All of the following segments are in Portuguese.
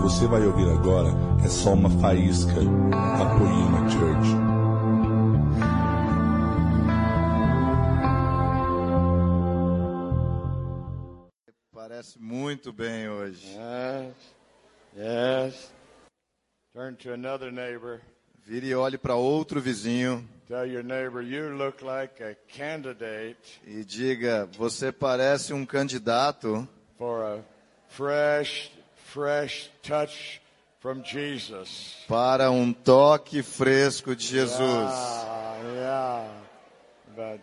você vai ouvir agora é só uma faísca da Poema Church. Parece muito bem hoje. Yes. Yes. Turn to another neighbor. Vire e olhe para outro vizinho Tell your neighbor, you look like a candidate e diga: Você parece um candidato for a fresh, fresh touch from Jesus. para um toque fresco de Jesus. Ah, yeah. But,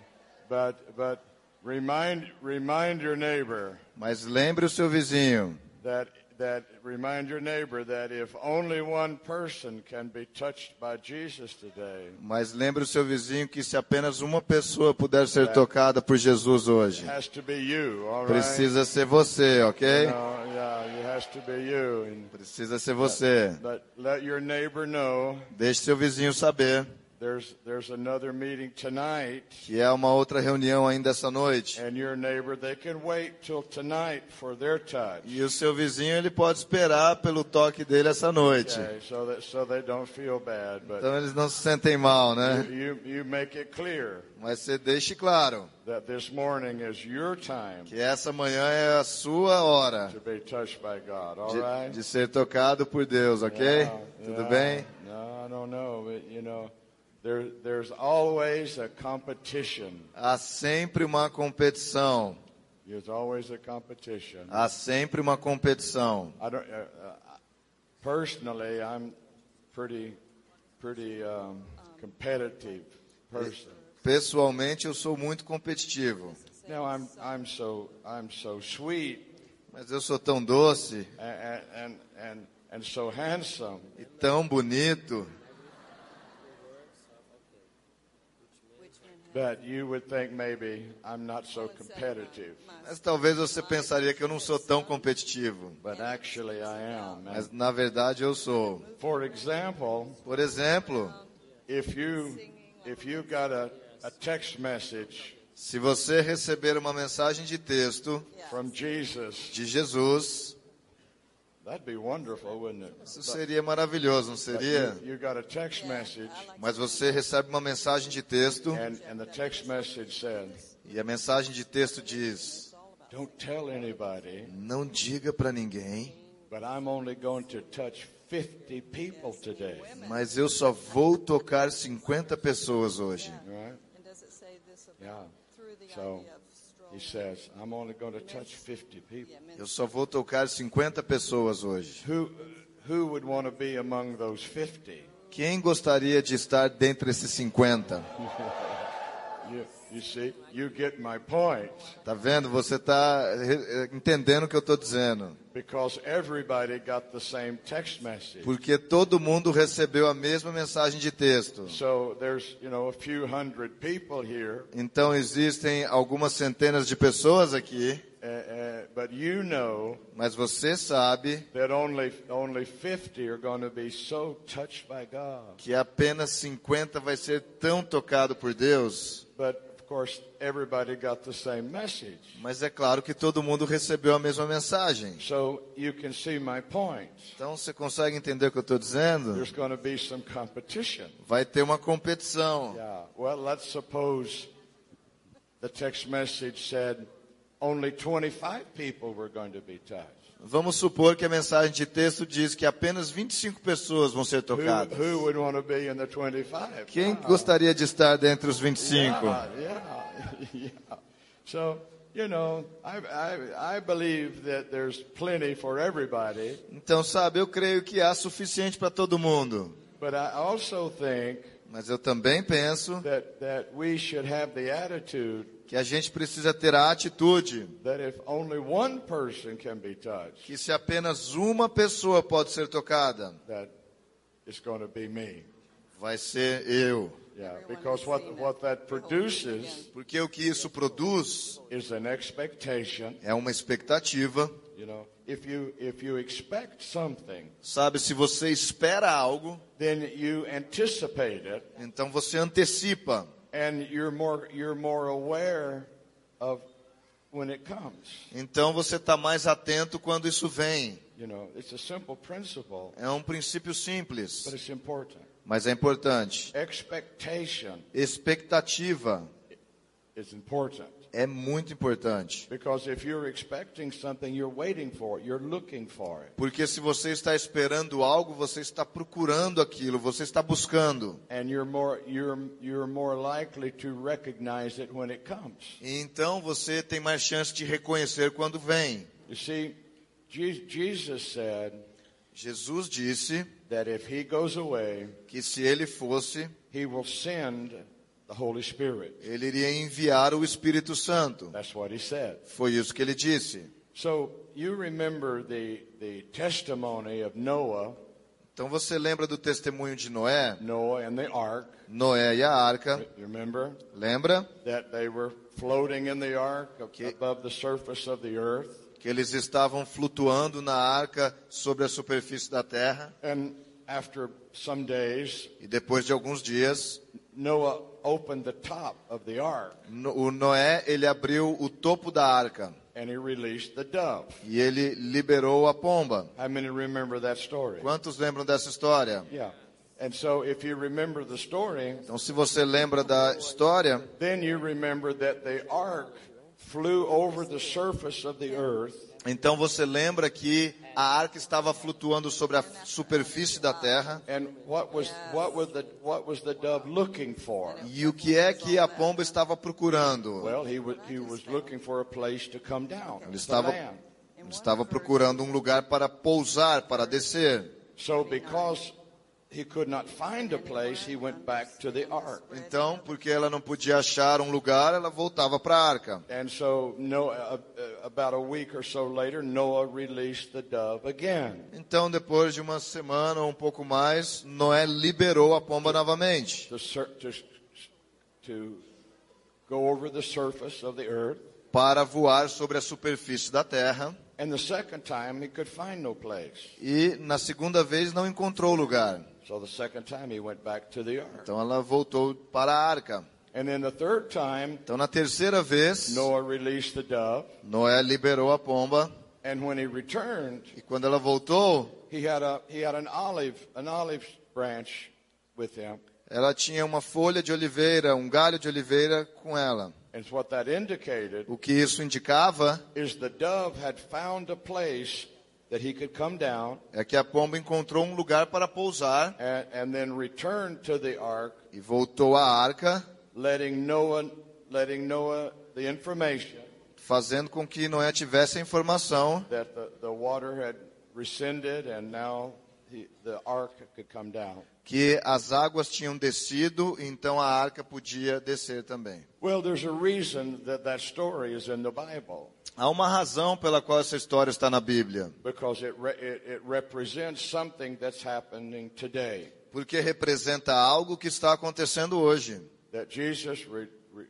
but, but remind, remind your neighbor Mas lembre o seu vizinho. that, that, remind your neighbor that if only one person can be touched by Jesus today, Mas lembre o seu vizinho que se apenas uma pessoa puder ser tocada por Jesus hoje, it has to be you, all right? precisa ser você, ok? You know, yeah, it has to be you. And Precisa ser você. But let your neighbor know Deixe seu vizinho saber there's there's another meeting tonight, que é uma outra reunião ainda essa noite. and your neighbor they can wait till tonight for their touch. E o seu vizinho ele pode esperar pelo toque dele essa noite. Okay, so that so they don't feel bad, but Então eles não se sentem mal, né? you you make it clear Mas você deixe claro that this morning is your time que essa manhã é a sua hora to be touched by God. All de, right? de ser tocado por Deus, ok? Yeah, Tudo yeah. bem? No, I don't know, but you know, there there's always a competition. Há sempre uma competição. There's always a competition. Há sempre uma competição. I don't. Uh, uh, personally, I'm pretty, pretty um, competitive person. Pessoalmente eu sou muito competitivo, No, I'm. I'm so. I'm so sweet mas eu sou tão doce and and and and so handsome. e tão bonito. But you would think maybe I'm not so competitive, Mas talvez você pensaria que eu não sou tão competitivo, but actually I am. And mas na verdade eu sou. for example, Por exemplo, if you if you got a, a text message se você receber uma mensagem de texto from Jesus, de Jesus, that'd be wonderful, wouldn't it? isso seria maravilhoso, não But seria? you, you got a text message Mas você recebe uma mensagem de texto And, and the text message said, e a mensagem de texto diz: Don't tell anybody, Não diga para ninguém, but I'm only going to touch 50 people today. mas eu só vou tocar 50 pessoas hoje. Right? And does it say this about Yeah. through the So, idea of strong? He says, I'm only going to touch 50 people. Yeah, men- Eu só vou tocar 50 pessoas hoje. Who, who would want to be among those 50? Quem gostaria de estar dentre esses 50? You, you see, you get my point. Tá vendo? Você tá eh, entendendo o que eu tô dizendo? Because everybody got the same text message. Porque todo mundo recebeu a mesma mensagem de texto. So there's, you know, a few hundred people here, Então existem algumas centenas de pessoas aqui, uh, uh, but you know mas você sabe that only, only 50 are going to be so touched by God. que apenas 50 vai ser tão tocado por Deus. But of course, everybody got the same message. Mas é claro que todo mundo recebeu a mesma mensagem. So you can see my point. Então você consegue entender o que eu estou dizendo? There's going to be some competition. Vai ter uma competição. Yeah. Well, let's suppose the text message said only 25 people were going to be touched. Vamos supor que a mensagem de texto diz que apenas 25 pessoas vão ser Who, tocadas. who would want to be in the 25? Quem Ah, gostaria de estar dentre os 25? yeah, yeah, yeah. So, you know, I, I, I believe that there's plenty for everybody, Então, sabe, eu creio que há suficiente para todo mundo. but I also think Mas eu também penso that, that we should have the attitude que a gente precisa ter a atitude that if only one person can be touched, que se apenas uma pessoa pode ser tocada, that it's going to be me. vai ser eu. Yeah, because what, what that produces Porque o que isso produz is an expectation. é uma expectativa. You know, if you if you expect something, Sabe, se você espera algo, then you anticipate it, então você antecipa. and you're more you're more aware of when it comes. Então você está mais tá atento quando isso vem. You You know, it's a simple principle, É um princípio but simples, it's important. mas é importante. Expectation Expectativa is important é muito importante. because if you're expecting something, you're waiting for it, you're looking for it, Porque se você está esperando algo, você está procurando aquilo, você está buscando. and you're more you're you're more likely to recognize it when it comes. E então você tem mais chance de reconhecer quando vem. You see, Je- Jesus said Jesus disse that if he goes away, que se ele fosse, he will send the Holy Spirit. ele iria enviar o Espírito Santo. That's what he said. Foi isso que ele disse. So you remember the the testimony of Noah, Então você lembra do testemunho de Noé? Noah and the ark. Noé e a arca, You remember lembra? that they were floating in the ark ab- Okay. above the surface of the earth, Que eles estavam flutuando na arca sobre a superfície da terra. and after some days, E depois de alguns dias, Noah opened the top of the ark no- o Noé ele abriu o topo da arca and he released the dove. e ele liberou a pomba. How many remember that story? Quantos lembram dessa história? Yeah. And so if you remember the story, Então, se você lembra da história, then you remember that the ark flew over the surface of the earth então você lembra que a arca estava flutuando sobre a superfície da terra. and what was what was the what was the dove looking for? E o que é que a pomba estava procurando? Well, he was he was looking for a place to come down. Ele to estava, land. ele estava procurando um lugar para pousar, para descer. So because he could not find a place, he went back to the ark. Então, porque ela não podia achar um lugar, ela voltava para a arca. And so Noah, uh, uh, about a week or so later, Noah released the dove again. Então, depois de uma semana ou um pouco mais, Noé liberou a pomba novamente to, sur- to, to go over the surface of the earth. para voar sobre a superfície da terra. And the second time, he could find no place. E na segunda vez não encontrou lugar. So the second time, he went back to the ark. Então ela voltou para a arca. And then the third time, Então na terceira vez, Noah released the dove. Noé liberou a pomba And when he returned, e quando ela voltou, he had, a, he had an, olive, an olive branch with him. ela tinha uma folha de oliveira, um galho de oliveira com ela. And what that indicated O que isso indicava is the dove had found a place that he could come down é que a pomba encontrou um lugar para pousar and, and then returned to the ark, e voltou à arca, letting Noah, letting Noah the information fazendo com que Noé tivesse a informação that the, the water had rescinded and now he, the ark could come down. que as águas tinham descido, então a arca podia descer também. Well, there's a reason that that story is in the Bible Há uma razão pela qual essa história está na Bíblia, because it, re, it, it represents something that's happening today porque representa algo que está acontecendo hoje, that Jesus re, re,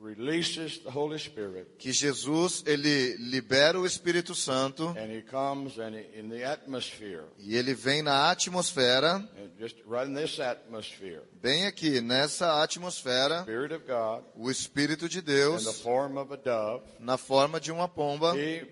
releases the Holy Spirit que Jesus, ele libera o Espírito Santo and he comes and he, in the atmosphere, e ele vem na atmosfera, and just right in this atmosphere, bem aqui, nessa atmosfera, Spirit of God o Espírito de in the Deus form of a dove, na forma de uma pomba he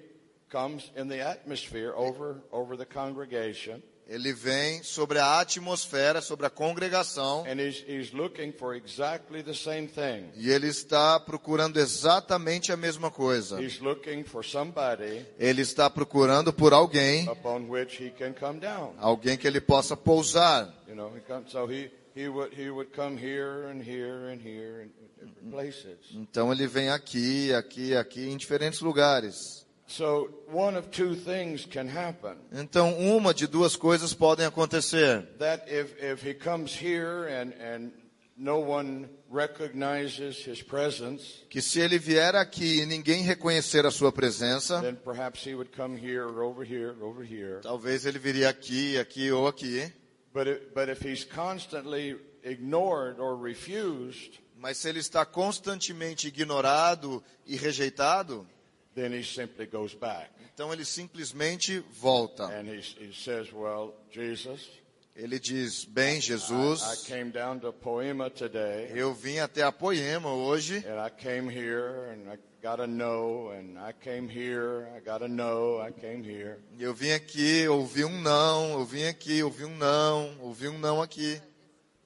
comes in the atmosphere over over the congregation Ele vem sobre a atmosfera, sobre a congregação, And he's, he's looking for exactly the same thing. e ele está procurando exatamente a mesma coisa. He's looking for somebody Ele está procurando por alguém, upon which he can come down. alguém que ele possa pousar. You know, he comes, so he, he would he would come here and here and here and different places. Então ele vem aqui, aqui, aqui, em diferentes lugares. So one of two things can happen. Então uma de duas coisas podem acontecer. That if if he comes here and and no one recognizes his presence, Que se ele vier aqui e ninguém reconhecer a sua presença, then perhaps he would come here or over here or over here. talvez ele viria aqui, aqui ou aqui. But if, but if he's constantly ignored or refused, Mas se ele está constantemente ignorado e rejeitado, then he simply goes back Então ele simplesmente volta. and he, he says, Well, Jesus, Ele diz: Bem, Jesus, I came down to Poema today, eu vim até a Poema hoje and I came here, and I got a no, and I came here, I got a no, I came here. Eu vim aqui, ouvi um não, eu vim aqui, ouvi um não, ouvi um não aqui.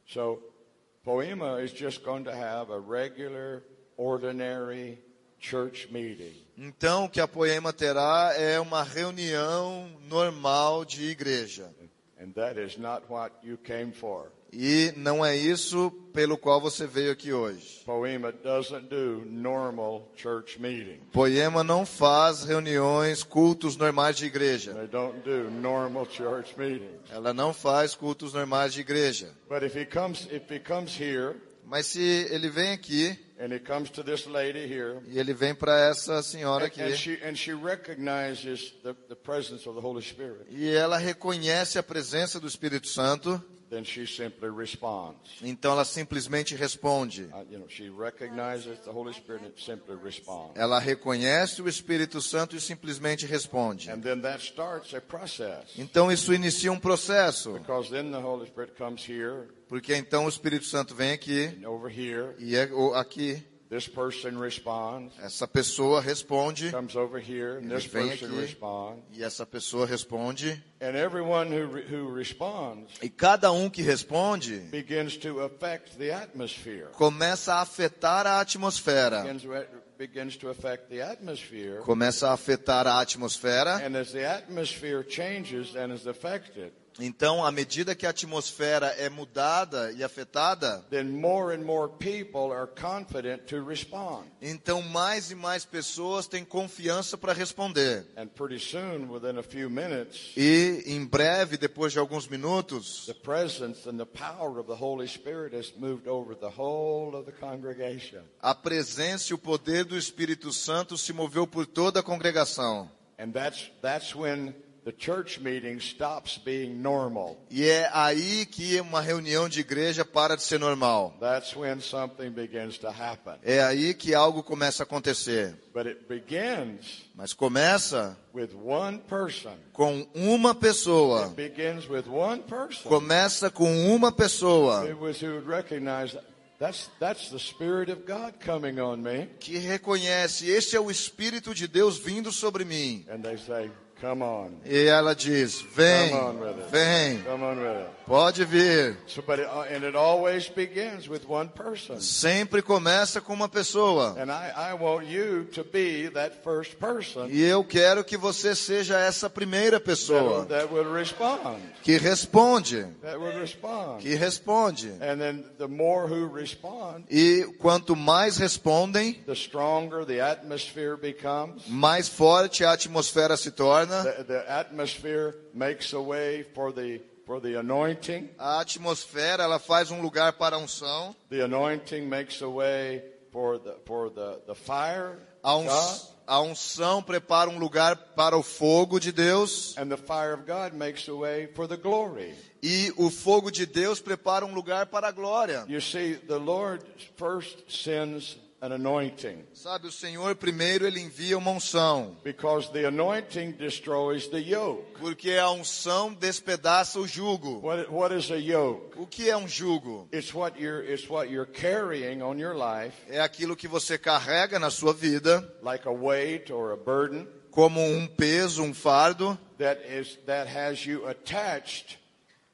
So, Poema is just going to have a regular, ordinary church meeting. Então, o que a Poema terá é uma reunião normal de igreja. And that is not what you came for. E não é isso pelo qual você veio aqui hoje. Poema doesn't do normal church meetings. Poema não faz reuniões, cultos normais de igreja. They don't do normal church meetings. Ela não faz cultos normais de igreja. But if he comes, if he comes here Mas se ele vem aqui, and he comes to this lady here, e ele vem para essa senhora and, and aqui, she and she recognizes the, the presence of the Holy Spirit, e ela reconhece a presença do Espírito Santo, then she simply responds. então ela simplesmente responde. Uh, you know, she recognizes the Holy Spirit and simply responds. Ela reconhece o Espírito Santo e simplesmente responde. And then that starts a process Então isso inicia um processo, because then the Holy Spirit comes here porque então o Espírito Santo vem aqui and over here. e é o- aqui This person responds, essa pessoa responde comes over here, and Ele this vem person aqui. responds, e essa pessoa responde and everyone who re- who responds e cada um que responde begins to affect the atmosphere. começa a afetar a atmosfera, begins, begins to affect the atmosphere. começa a afetar a atmosfera. And as the atmosphere changes and is affected, Então, à medida que a atmosfera é mudada e afetada, then more and more people are confident to respond. então mais e mais pessoas têm confiança para responder. And pretty soon, within a few minutes, E em breve, depois de alguns minutos, the presence and the power of the Holy Spirit has moved over the whole of the congregation. a presença e o poder do Espírito Santo se moveu por toda a congregação. And that's, that's when the church meeting stops being normal. E é aí que uma reunião de igreja para de ser normal. That's when something begins to happen. É aí que algo começa a acontecer. But it begins Mas começa with one person. com uma pessoa. It begins with one person. Começa com uma pessoa It was who would recognize that's that's the spirit of God coming on me, que reconhece: Este é o Espírito de Deus vindo sobre mim. and they say, "Come on, E ela diz: Vem, come on with it, vem, come on with it." pode vir. So, but it, uh, and it always begins with one person, Sempre começa com uma pessoa. and I I want you to be that first person E eu quero que você seja essa primeira pessoa that, that will respond, que responde, that will respond, que responde. and then the more who respond, E quanto mais respondem, the stronger the atmosphere becomes. mais forte a atmosfera se torna. The, the atmosphere makes a way for the for the anointing. A atmosfera, ela faz um lugar para a unção. The anointing makes a way for the for the the fire, A, of un- God, a unção prepara um lugar para o fogo de Deus. and the fire of God makes a way for the glory. E o fogo de Deus prepara um lugar para a glória. You see, the Lord first sends an anointing Sabe, o Senhor primeiro ele envia uma unção. because the anointing destroys the yoke. Porque a unção despedaça o jugo. What what is a yoke? O que é um jugo? It's what you're it's what you're carrying on your life é aquilo que você carrega na sua vida like a weight or a burden como um peso, um fardo, that is that has you attached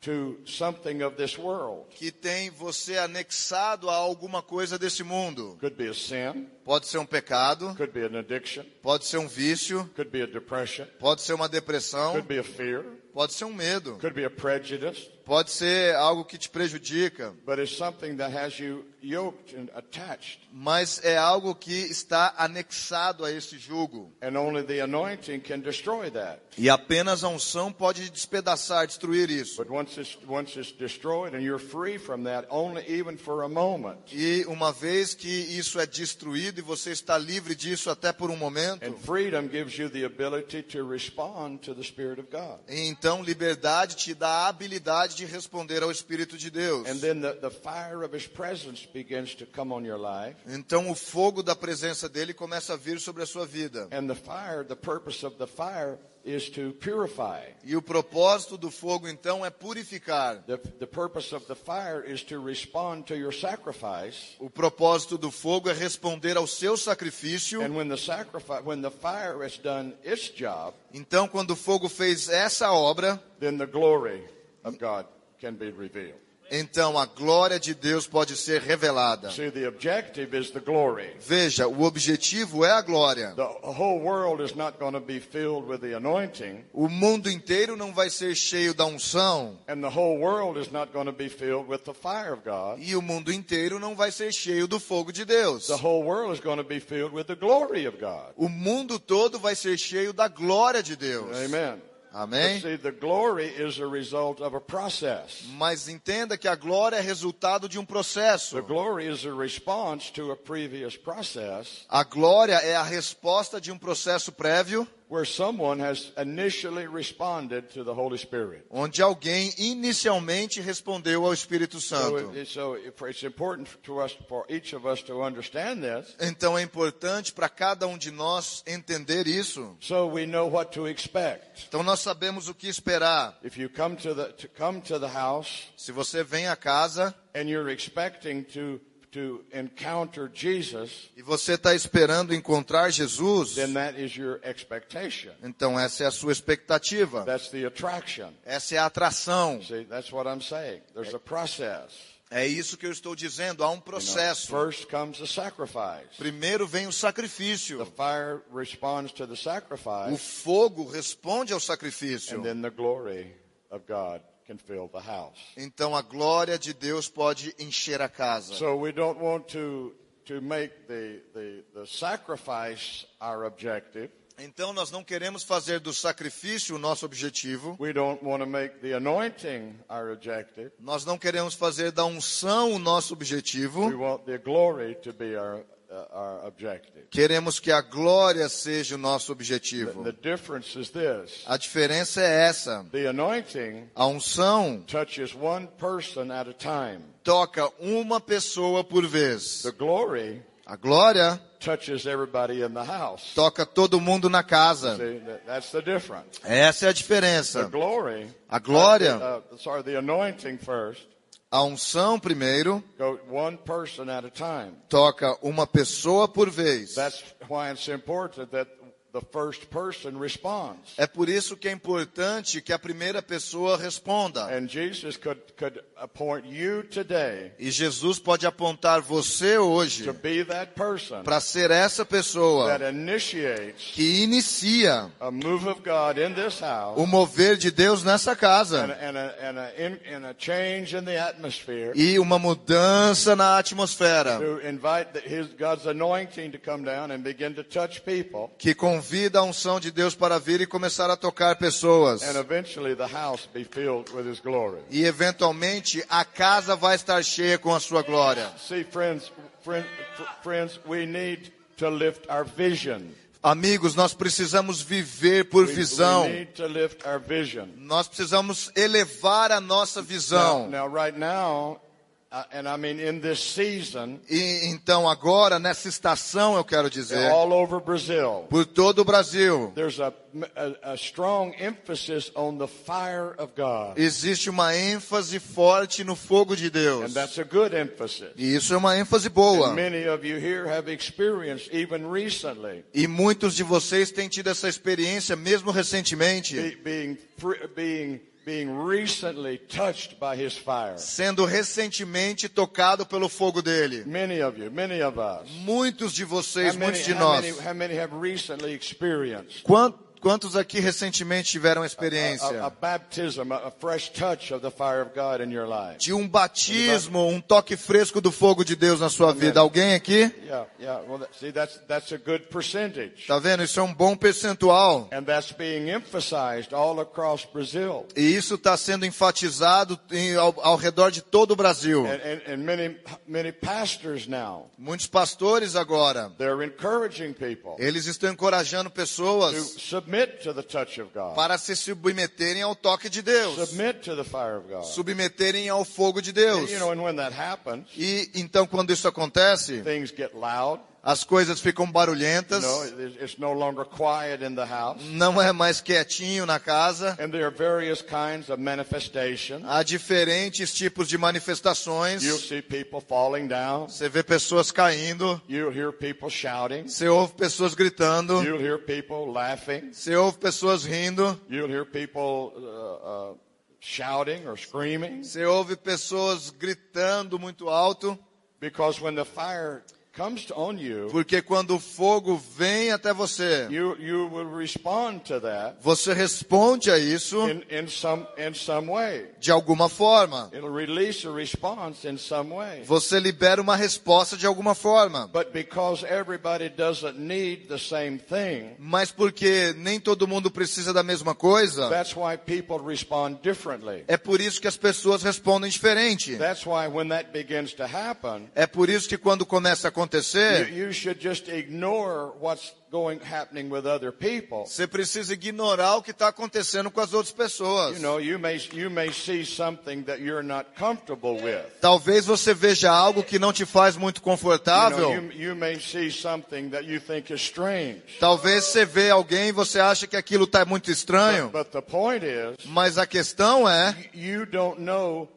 to something of this world. que tem você anexado a alguma coisa desse mundo. Could be a sin, Pode ser um pecado, could be an addiction, pode ser um vício, could be a depression. pode ser uma depressão, Could be a fear, pode ser um medo, could be a prejudice, pode ser algo que te prejudica, but it's something that has you yoked and attached. mas é algo que está anexado a esse jugo. And only the anointing can destroy that. E apenas a unção pode despedaçar, destruir isso. But once it's, once it's destroyed and you're free from that, only even for a moment, E uma vez que isso é destruído e você está livre disso até por um momento, and freedom gives you the ability to respond to the Spirit of God. Então, liberdade te dá a habilidade de responder ao Espírito de Deus. And then the, the fire of his presence begins to come on your life. Então o fogo da presença dele começa a vir sobre a sua vida. And the fire, the purpose of the fire is to purify. E o propósito do fogo então é purificar. The, the purpose of the fire is to respond to your sacrifice. O propósito do fogo é responder ao seu sacrifício. And when the sacrifice, when the fire has done its job, Então, quando o fogo fez essa obra, then the glory of God can be revealed. então a glória de Deus pode ser revelada. See, the objective is the glory. Veja, o objetivo é a glória. The whole world is not going to be filled with the anointing, O mundo inteiro não vai ser cheio da unção and the whole world is not going to be filled with the fire of God. e o mundo inteiro não vai ser cheio do fogo de Deus. The whole world is going to be filled with the glory of God. O mundo todo vai ser cheio da glória de Deus. Amen. But Amém? see, the glory is a result of a process. Mas entenda que a glória é resultado de um processo. The glory is a response to a previous process A glória é a resposta de um processo prévio where someone has initially responded to the Holy Spirit. onde alguém inicialmente respondeu ao Espírito So, Santo. it- so if it's important to us, for each of us to understand this, Então é importante para cada um de nós entender isso. so we know what to expect. Então nós sabemos o que esperar. If you come to the to come to the house Se você vem a casa and you're expecting to to encounter Jesus, e você está esperando encontrar Jesus, then that is your expectation. então essa é a sua expectativa. That's the attraction. Essa é a atração. See, that's what I'm saying. There's a process. É isso que eu estou dizendo. Há um you know. processo. First comes the sacrifice. Primeiro vem o The sacrifício. fire responds to the O sacrifice, fogo responde ao and sacrifício. then the glory of God can fill the house. Então a glória de Deus pode encher a casa. So we don't want to to make the the, the sacrifice our objective. Então nós não queremos fazer do sacrifício o nosso objetivo. We don't want to make the anointing our objective. Nós não queremos fazer da unção o nosso We objetivo. want the glory to be our uh, our objective. Queremos que a glória seja o nosso And the objetivo. difference is this: A diferença é essa. the anointing A unção touches one person at a time. toca uma pessoa por vez. The glory A glória touches everybody in the house. toca todo mundo na casa. See, that- that's the difference. Essa é a The diferença. glory, A glória, uh, sorry, the anointing first a unção primeiro, goes one person at a time. toca uma pessoa por vez. That's why it's important that the first person responds. É por isso que é importante que a primeira pessoa responda. And Jesus could, could appoint you today E Jesus pode apontar você hoje to be that person para ser essa pessoa that initiates que inicia a move of God in this house o mover de Deus nessa and, casa and, a, and, a, in, and a change in the atmosphere e uma mudança na atmosfera to invite the, his, God's anointing to come down and begin to touch people. que convida a unção de Deus para vir e começar a tocar pessoas. And eventually the house be filled with his glory. E eventualmente a casa vai estar cheia com a sua glória. See, friends, friend, fr- friends, we need to lift our vision. Amigos, nós precisamos viver por We- visão. We need to lift our vision. Nós precisamos elevar a nossa Now, visão. now, right now, uh, and I mean in this season, E então agora nessa estação eu quero dizer, É all over Brazil, por todo o Brasil, there's a, a, a strong emphasis on the fire of God, existe uma ênfase forte no fogo de Deus. and that's a good emphasis. E isso é uma ênfase boa. And many of you here have experienced, even recently, E muitos de vocês têm tido essa experiência mesmo recentemente, be, being fr- being being recently touched by His fire. sendo recentemente tocado pelo fogo dele. Many of you, many of us. Muitos de vocês, how, many, muitos de how nós. many- how many have recently experienced Quan- Quantos aqui recentemente tiveram a a, a- a experiência baptism, a, a fresh touch of the fire of God in your life? de um batismo, um toque fresco do fogo de Deus na sua vida? Alguém aqui? Yeah, yeah. Well, that, see, that's that's a good percentage, Tá vendo? Isso é um bom percentual. and that's being emphasized all across Brazil E isso está sendo enfatizado em- ao, ao redor de todo o Brasil. and, and, and many many pastors now. Muitos pastores agora, They're encouraging people eles estão to encorajando pessoas submit to the touch of God. para se submeterem ao toque de Deus, Submit to the fire of God. submeterem ao fogo de Deus. You know, and when that happens, E então, quando isso acontece, things get loud. as coisas ficam You barulhentas, know, it- it's no longer quiet in the house. não é mais quietinho na casa. And there are various kinds of manifestations. Há diferentes tipos de manifestações. You'll see people falling down. Você vê pessoas caindo, You'll hear people shouting. você ouve pessoas gritando, You'll hear people laughing. você ouve pessoas rindo, You'll hear people uh, uh, shouting or screaming. você ouve pessoas gritando muito alto, Because when the fire comes to- on you, porque quando o fogo vem até você, you, you will respond to that você responde a isso in, in, some, in some way. de alguma forma. It'll release a response in some way. Você libera uma resposta de alguma forma. But because everybody doesn't need the same thing, Mas porque nem todo mundo precisa da mesma coisa, that's why people respond differently. é por isso que as pessoas respondem diferente. That's why when that begins to happen, É por isso que quando começa a you, acontecer, you should just ignore what's going happening with other people. Você precisa ignorar o que está acontecendo com as outras pessoas. You know, you may you may see something that you're not comfortable with. Talvez você veja algo que não te faz muito You, know, confortável. you, you may see something that you think is strange. Talvez você vê alguém e você acha que aquilo está muito estranho. But, but the point is, Mas a questão é, you don't know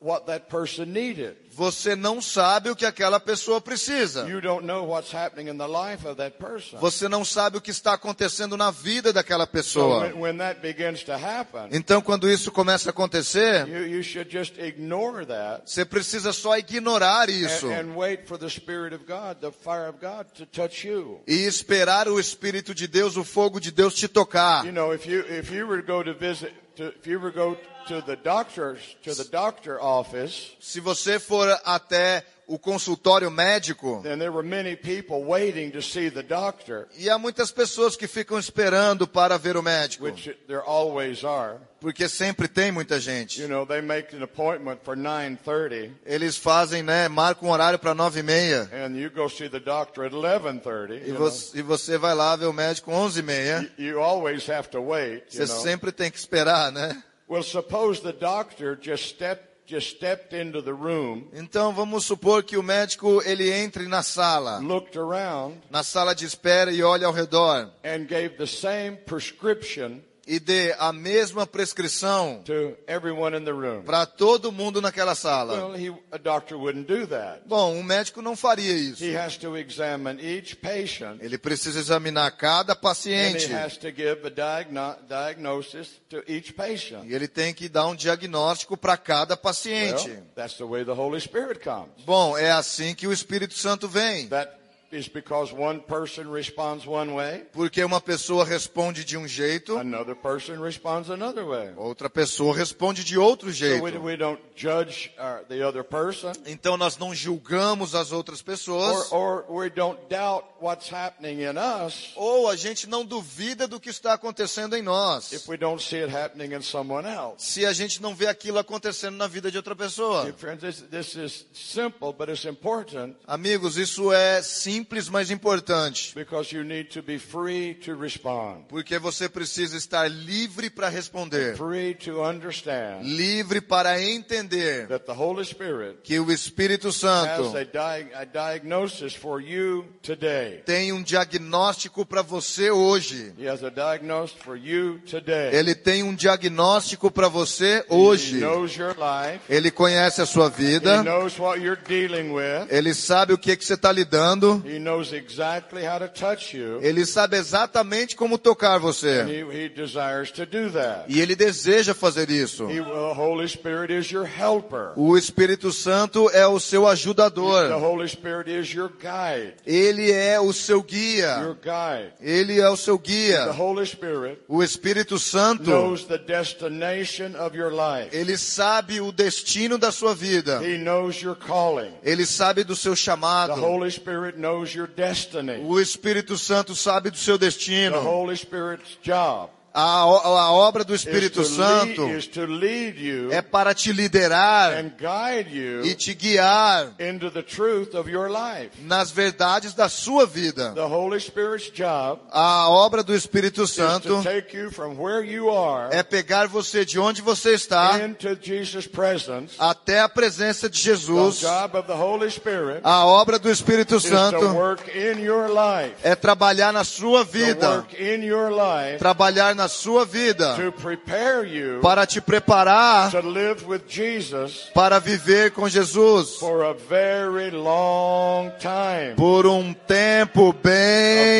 what that person needed. você não sabe o que aquela pessoa precisa. You don't know what's happening in the life of that person. Você não sabe o que está acontecendo na vida daquela So pessoa. when, when that begins to happen, Então, quando isso começa a acontecer, you, you should just ignore that você precisa só ignorar and, isso and wait for the Spirit of God, the fire of God, to touch you. e esperar o Espírito de Deus, o fogo de Deus te tocar. You know, if you if you were to go to visit, to, if you were to go to the doctor's to the doctor office, Se você for até o consultório médico, then there were many people waiting to see the doctor, e há muitas pessoas que ficam esperando para ver o médico, which there always are. porque sempre tem muita gente. You know, they make an appointment for nine thirty, Eles fazem, né, marcam um horário para nove e meia, and you go see the doctor at eleven thirty. e You, know. você, e você vai lá ver o médico onze e meia. You- you always have to wait. You Você know. sempre tem que esperar, né? Well, suppose the doctor just stepped just stepped into the room, Então vamos supor que o médico ele entre na sala, looked around, na sala de espera e olha ao redor and gave the same prescription e dê a mesma prescrição to everyone in the room. para todo mundo naquela sala. Well, he, a doctor wouldn't do that. Bom, um médico não faria isso. He has to examine each patient Ele precisa examinar cada and he paciente has to give a diagno- diagnosis to each patient. e ele tem que dar um diagnóstico para cada Well, paciente. that's the way the Holy Spirit comes. Bom, é assim que o Espírito Santo vem, That is because one person responds one way, porque uma pessoa responde de um jeito, another person responds another way. outra pessoa responde de outro So we, jeito. we don't judge our, the other person Então nós não julgamos as outras or, pessoas, or we don't doubt what's happening in us ou a gente não duvida do que está acontecendo em if nós, we don't see it happening in someone else. se a gente não vê aquilo acontecendo na vida de outra pessoa. Friends, this, this is simple, but it's important. Amigos, isso é simples, mas importante. Because you need to be free to respond, Porque você precisa estar livre para responder, free to understand livre para entender that the Holy Spirit que o Espírito has Santo a, di- a diagnosis for you today. tem um diagnóstico para você hoje. He has a diagnosis for you today. Ele tem um diagnóstico para você He hoje. knows your life. Ele conhece a sua He vida, knows what you're dealing with. ele sabe o que, que você está lidando, He knows exactly how to touch you. ele sabe exatamente como tocar And você. he, he desires to do that. E ele deseja fazer isso. He, the Holy Spirit is your helper. O Espírito Santo é o seu The ajudador, Holy Spirit is your guide. ele é o seu Your guia, guide. ele é o seu The guia. Holy Spirit O Espírito Santo, knows the destination of your life. ele sabe o destino da sua vida. He knows your calling. Ele sabe do seu The chamado. Holy Spirit knows your destiny. O Espírito Santo sabe do seu The destino. Holy Spirit's job A, o- a obra do is to, Espírito lead, Santo is to lead you é para te liderar and guide e you te guiar into the truth of your life. nas verdades da sua vida. The Holy Spirit's job A obra do Espírito is Santo to take you from where you are é pegar você de onde você está into Jesus' presence. até a presença de The Jesus. job of the Holy Spirit A obra do Espírito is to Santo work in your life, é trabalhar na sua to vida, work in your life trabalhar na sua vida to prepare you para te preparar to live with Jesus para viver com Jesus for a very long time. por um tempo A bem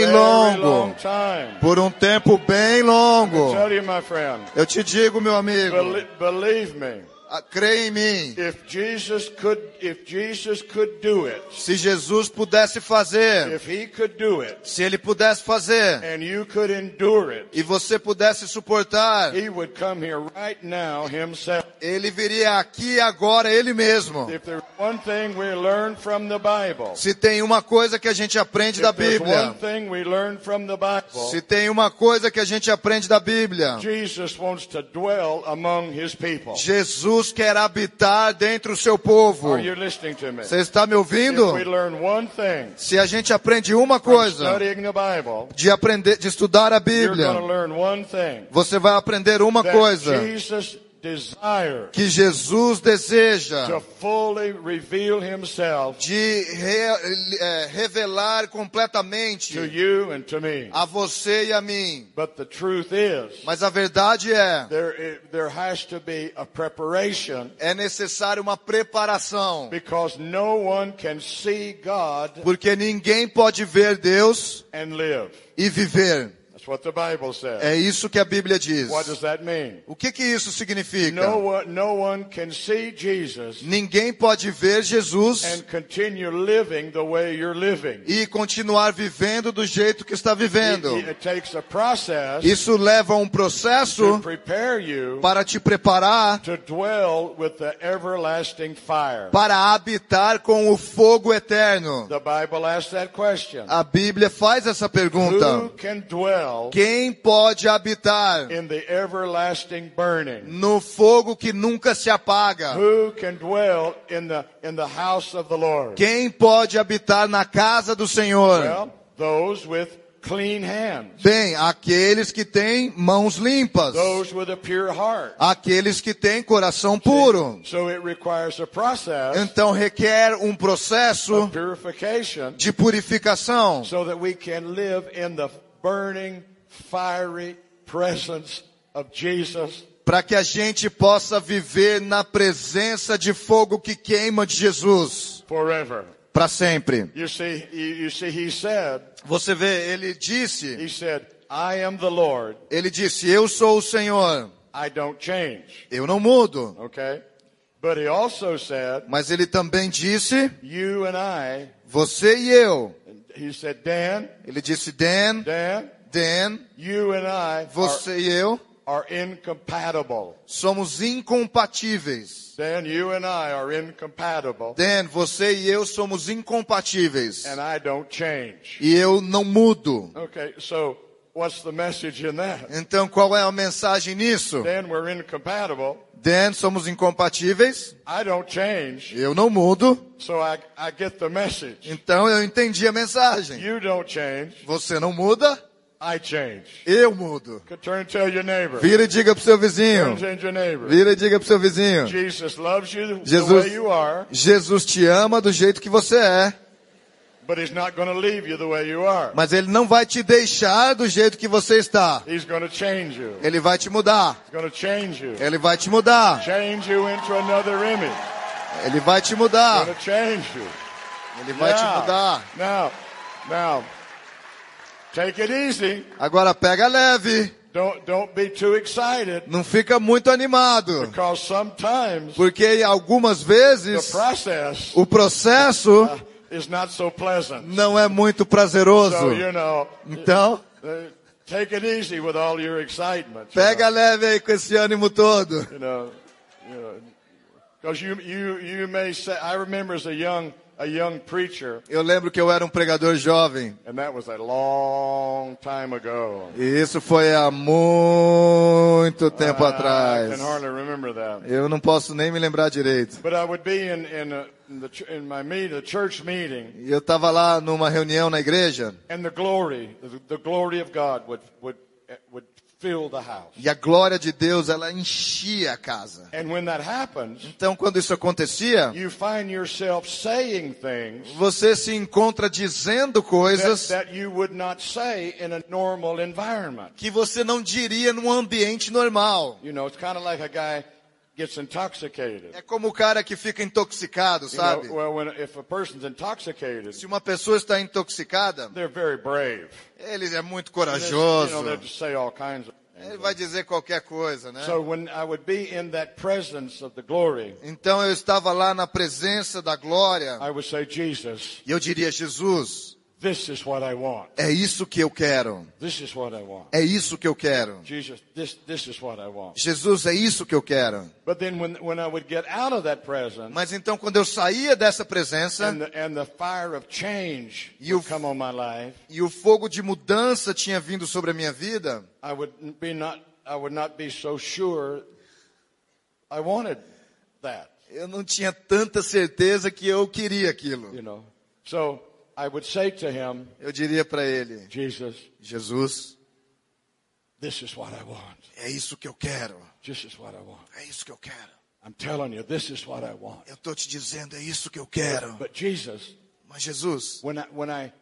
very longo. long time. Por um tempo bem longo. Tell you, my friend, Eu te digo, meu amigo, bel- believe me, ah, creia em mim. if Jesus could, if Jesus could do it, Se Jesus pudesse fazer, if He could do it, se ele pudesse fazer and you could endure it, e você pudesse suportar, he would come here right now himself. ele viria aqui agora ele mesmo. If there's one thing we learn from the Bible, Se tem uma coisa que a gente aprende da if there's one Bíblia, thing we learn from the Bible, se tem uma coisa que a gente aprende da Bíblia, Jesus wants to dwell among his people. Jesus quer habitar dentro do seu povo. Are you listening to me? Você está me ouvindo? If we learn one thing Se a gente aprende uma from coisa studying the Bible, de aprender, de estudar a you're Bíblia, going to learn one thing você vai aprender uma that coisa Jesus desires que Jesus to deseja fully reveal himself de re- eh, revelar to completamente you and to me. a você e a mim. But the truth is, Mas a verdade é, there, i- there has to be a preparation é necessário uma preparação. because no one can see God Porque ninguém pode ver Deus and live. e viver. That's what the Bible says. É isso que a Bíblia diz. What does that mean? O que que isso significa? No one, no one can see Jesus Ninguém pode ver Jesus and continue living the way you're living. It, e continuar vivendo do jeito que está vivendo. it- it takes a process Isso leva a um processo to prepare you para te preparar to dwell with the everlasting fire. para habitar com o fogo eterno. The Bible asks that question. A Bíblia faz essa Who pergunta. can dwell Quem pode habitar in the everlasting burning? no fogo que nunca se apaga? Who can dwell in the in the house of the Lord? Quem pode habitar na casa do Senhor? Well, those with clean hands, Bem, aqueles que têm mãos limpas, those with a pure heart. aqueles que têm coração puro. So it requires a process Então requer um processo of purification de purificação so that we can live in the burning, fiery presence of Jesus para que a gente possa viver na presença de fogo que queima de Jesus forever. para sempre. You see, you, you see, he said, Você vê, ele disse, he said, I am the Lord. ele disse, eu sou o Senhor, I don't change. eu não mudo. Okay. But he also said, Mas ele também disse, you and I, você e eu. he said, Dan, Ele disse, Dan, Dan, Dan, you and I are, você e eu are incompatible. somos incompatíveis. Dan, you and I are incompatible, Dan, você e eu somos incompatíveis. and I don't change. E eu não mudo. Okay, so what's the message in that? Então qual é a mensagem nisso? Dan, we're incompatible. Dan, somos incompatíveis. I don't change, Eu não mudo. so I, I get the message. Então eu entendi a mensagem. You don't change, Você não muda, I change. eu mudo. Could turn and tell your neighbor. Vira e diga pro seu vizinho. Turn and tell your neighbor. Vira e diga pro seu vizinho. Jesus loves you the Jesus- way you are, Jesus te ama do jeito que você é, but he's not going to leave you the way you are. mas ele não vai te deixar do jeito que você está. He's going to change you. Ele vai te mudar. He's going to change you. Ele vai te mudar. Change you into another image. Ele vai te mudar. Going to change you. Ele vai te Yeah. mudar. Now, now, take it easy. Agora pega leve. Don't don't be too excited Não fica muito animado. because sometimes Porque algumas the vezes process o processo uh, is not so pleasant. não é muito prazeroso. So you know, Então, uh, take it easy with all your excitement. You pega know, leve aí com esse ânimo todo. you know, you know, because you you you may say. I remember as a young a young preacher, Eu lembro que eu era um pregador jovem. and that was a long time ago. E isso foi há muito tempo I can atrás. hardly remember that. Eu não posso nem me lembrar direito. But I would be in in, a, in the ch- in my meet a church meeting, E eu estava lá numa reunião na igreja and the glory, the, the glory of God would would eh, would fill the house. e a glória de Deus ela enchia a casa. And when that happens, Então, quando isso acontecia, you find yourself saying things você se encontra dizendo that, coisas that you would not say in a normal environment. que você não diria num ambiente normal. You know, it's kind of like a guy gets intoxicated. É como o cara que fica intoxicado, You know, sabe? well, when if a person's intoxicated, Se uma pessoa está intoxicada, they're very brave. ele é muito And it's- You know, corajoso. they just say all kinds of Ele things. vai dizer qualquer coisa, né? So when I would be in that presence of the glory, Então eu estava lá na presença da glória I would say, Jesus, e eu diria: Jesus, this is what I want. é isso que eu quero. This is what I want. É isso que eu quero. Jesus, this this is what I want. Jesus, é isso que eu quero. But then when when I would get out of that presence, Mas então, quando eu saía dessa presença and the, and the fire of change You- would come on my life. e o fogo de mudança tinha vindo sobre a minha vida, I would be not I would not be so sure I wanted that, eu não tinha tanta certeza que eu queria aquilo. you know. So I would say to him, Eu diria para ele: Jesus, Jesus, this is what I want. é isso que eu quero. This is what I want. É isso que eu quero. I'm telling you, this is what I want. Eu tô te dizendo, é isso que eu quero. But Jesus, Mas Jesus, when I when I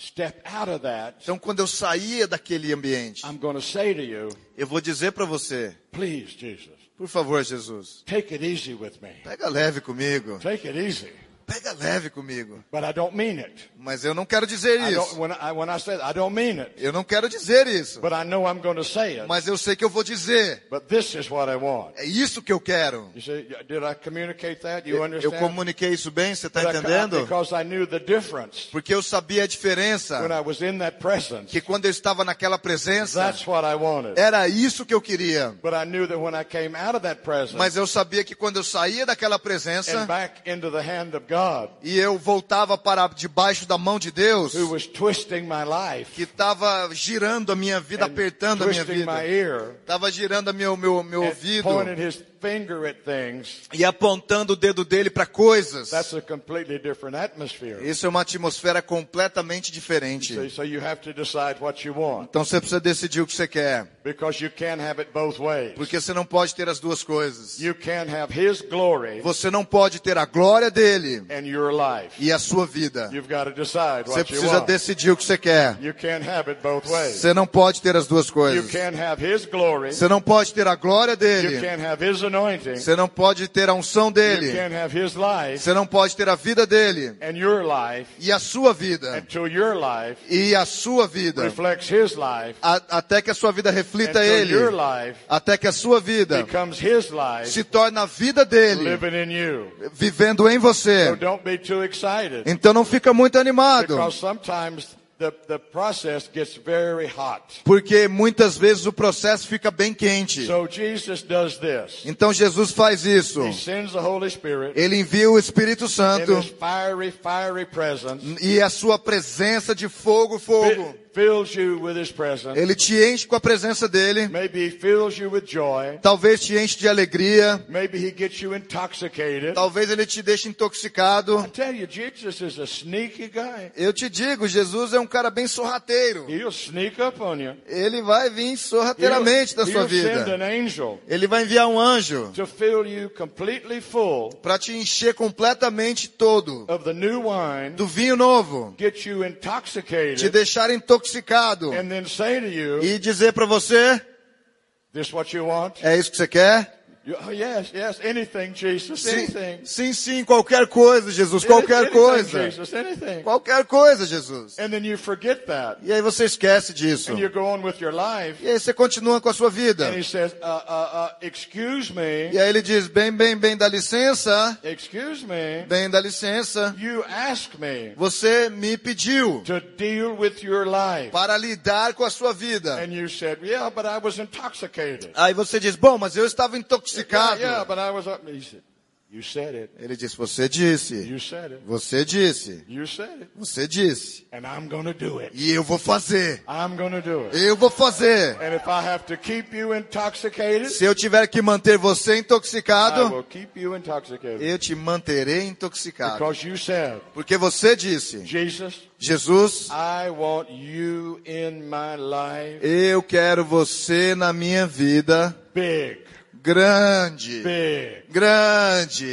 step out of that, então quando eu saía daquele ambiente, I'm going to say to you, eu vou dizer para você, please, Jesus, por favor, Jesus, take it easy with me. pega leve comigo. Take it easy. Pega leve comigo. But I don't mean it. Mas eu não quero dizer I don't, isso. when I when I say that, I don't mean it. Eu não quero dizer isso. But I know I'm going to say it. Mas eu sei que eu vou dizer. But this is what I want. É isso que eu quero. You see, did I communicate that? You Eh, Eu, eu understand? comuniquei isso bem, você está But I- entendendo? Because I knew the difference Porque eu sabia a when diferença I was in that presence. que quando eu estava naquela presença, That's what I wanted. era isso que eu queria. But I knew that when I came out of that presence Mas eu sabia que quando eu saía daquela and presença back into the hand of God, e eu voltava para debaixo da mão de Deus, who was twisting my life, que estava girando a minha vida, and apertando a minha twisting my vida, ear, estava girando a meu, meu, meu and ouvido pointed his finger at things, e apontando o dedo dele para coisas. that's a completely different atmosphere. Isso é uma atmosfera completamente So, diferente. so you have to decide what you want Então você precisa decidir o que você quer, because you can't have it both ways. porque você não pode ter as duas coisas. You can't have his glory Você não pode ter a glória dele and your life. e a sua vida. You've got to decide Você what you precisa want. decidir o que você quer. You can't have it both ways. Você não pode ter as duas You coisas. can't have His glory. Você não pode ter a glória You dele. can't have His anointing. Você não pode ter a unção You dele. can't have His life Você não pode ter a vida dele and your life e a sua vida. until your life E a sua vida. reflects His life. A- até que a sua vida reflita Until ele. your life Até que a sua vida becomes His life se torne a vida dele. living in you. vivendo em So você. don't be too excited Então não fica muito animado, because sometimes the, the process gets very hot. porque muitas vezes o processo fica bem quente. So Jesus does this. Então Jesus faz isso. He sends the Holy Spirit Ele envia o Espírito in Santo His fiery, fiery presence, e a sua presença de fogo, fogo. fi- fills you with His presence. Ele te enche com a presença dele, Maybe he fills you with joy. talvez te enche de alegria, Maybe he gets you intoxicated. talvez ele te deixe intoxicado. I tell you, Jesus is a sneaky guy. Eu te digo, Jesus é um cara bem sorrateiro. He'll sneak up on you. Ele vai vir He'll, sorrateiramente na sua he'll send vida. an angel Ele vai enviar um anjo to fill you completely full para te encher completamente todo of the new wine, do vinho novo. get you te intoxicated, deixar intoxicado and then say to you, e dizer para você, this what you want? é isso que você quer? You- oh, yes, yes, anything, Jesus, Sim, anything. sim, tá sim, qualquer coisa, Jesus, qualquer Anything, coisa. Jesus, anything. Qualquer coisa, Jesus. And then you forget that. E aí você esquece disso. And you go on with your life. E aí você continua com a sua vida. And he says, uh, uh, uh, excuse me. E aí ele diz, bem, bem, bem, dá licença, Excuse me. bem, dá licença. You ask me Você me pediu to deal with your life. para lidar com a sua vida. And you said, yeah, but I was intoxicated. Aí você diz, bom, mas eu estava Yeah, yeah, intoxicado. but I was up. He said, You said it. Ele disse: Você disse, You said it. você disse, You said it. você disse. And I'm going to do it. E eu vou fazer, I'm going to do it. eu vou fazer. And if I have to keep you intoxicated, Se eu tiver que manter você I intoxicado, will keep you intoxicated. eu te manterei intoxicado. Because you said, Porque você disse: Jesus, Jesus, I want you in my life eu quero você na minha vida big, grande, big, grande,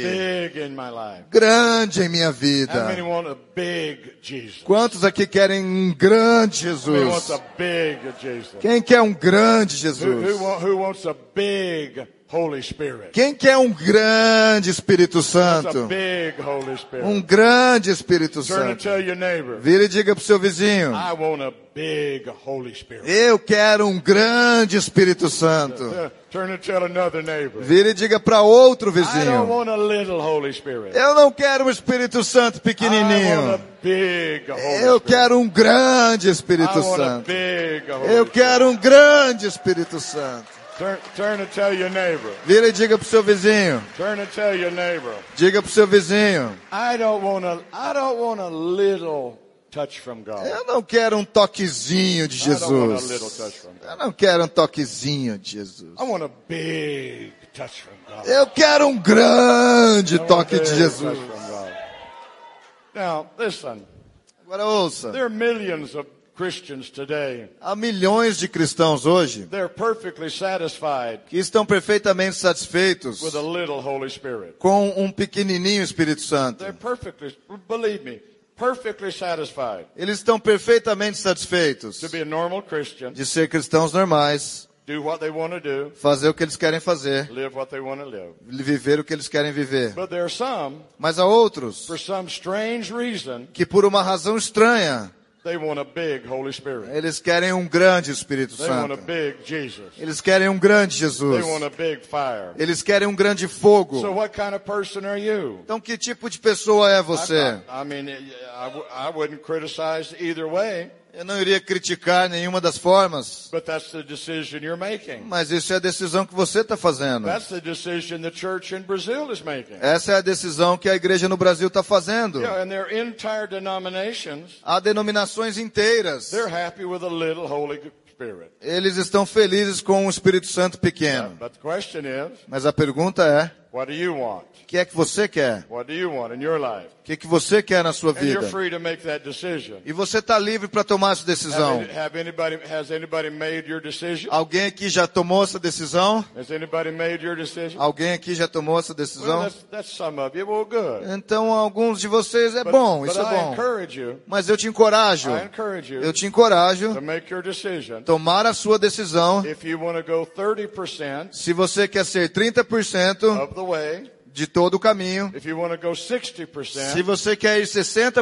big in my life. grande em minha How many vida. want a big Jesus? Quantos aqui querem um grande Who Jesus? wants a big Jesus? Quem quer um grande Who, Jesus? who, wa- who wants a big Holy Spirit? Quem quer um grande Espírito That's a Santo? big Holy Spirit. Um grande Espírito Turn and Santo. tell your neighbor, Vira e diga pro seu vizinho. I want a big Holy Spirit. Eu quero um grande Espírito Santo. Uh, Turn and tell another neighbor, Vira e diga para outro I don't vizinho. want a little Holy Spirit. Eu não quero um Espírito Santo I want a pequenininho. big Holy Eu Spirit. quero um grande I Espírito want a Santo. big Holy Eu quero um grande Espírito Santo. Spirit. Turn, turn and tell your neighbor. Vira e diga pro seu vizinho. Turn and tell your neighbor. Diga pro seu vizinho. I don't want a. I don't want a little touch from God. Eu não quero um toquezinho de I don't want a little Jesus. touch from God. Eu não quero um toquezinho de Jesus. I want a big touch from God. Eu quero um grande I want a toque big de Jesus. touch from God. Now listen. Agora ouça, There are millions of Christians today. há milhões de cristãos hoje They're perfectly satisfied que estão perfeitamente satisfeitos with a little Holy Spirit. com um pequenininho Espírito Santo. They're perfectly, believe me, perfectly satisfied Eles estão perfeitamente satisfeitos to be a normal Christian, de ser cristãos normais, do what they want to do, fazer o que eles querem fazer, live what they want to live. viver o que eles querem viver. But there are some, Mas há outros for some strange reason, que, por uma razão estranha, they want a big Holy Spirit. eles querem um grande Espírito They want a Santo. big Jesus. Eles querem um grande They Jesus. want a big fire. Eles querem um grande So fogo. what kind of person are you? Então, que tipo de pessoa é I, você? I- I mean, I, w- I wouldn't criticize either way, Eu não iria criticar nenhuma das formas, but that's the decision you're making. mas isso é a decisão que você está fazendo. That's the decision the church in Brazil is making. Essa é a decisão que a igreja no Brasil está fazendo. Yeah, and their entire denominations, Há denominações inteiras. they're happy with a little Holy Spirit. Eles estão felizes com o Espírito Santo pequeno. But the question is, Mas a pergunta é: what do you want? o que é que você quer? What do you want in your life? O que, é que você quer na sua And you're vida? free to make that decision. E você está livre para tomar essa Have, decisão. any- have anybody has anybody made your decision? Alguém aqui já tomou essa decisão? Has anybody made your decision? Alguém aqui já tomou essa Well, decisão? that's, that's some of you. Well, good. Então, alguns de vocês é But, bom, but isso é I bom. encourage you. Mas eu te encorajo, I encourage you eu te encorajo to make your decision. tomar a sua decisão. If you want to go 30% Se você quer ser 30% of the way, de todo o caminho, if you want to go se 60%, você quer ir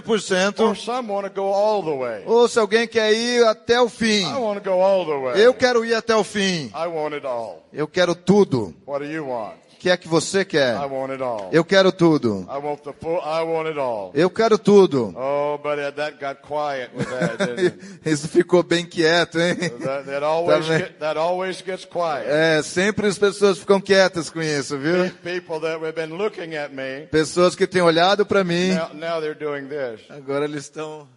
or 60%, some want to go all the way. ou se alguém quer ir até o fim. I want to go all the way. Eu quero ir até o fim. I want it all. Eu quero tudo. What do you want? O que é que você I quer? want it all. Eu quero tudo. I want the full. I want it all. Eu quero tudo. Oh, but that got quiet with that. Didn't Isso ficou bem quieto, hein? it? that, that always Também. get, that always gets quiet. É, sempre as pessoas ficam quietas com isso, Eh? viu? People that have been looking at me Pessoas que têm olhado para mim, now, now they're doing this. agora eles estão.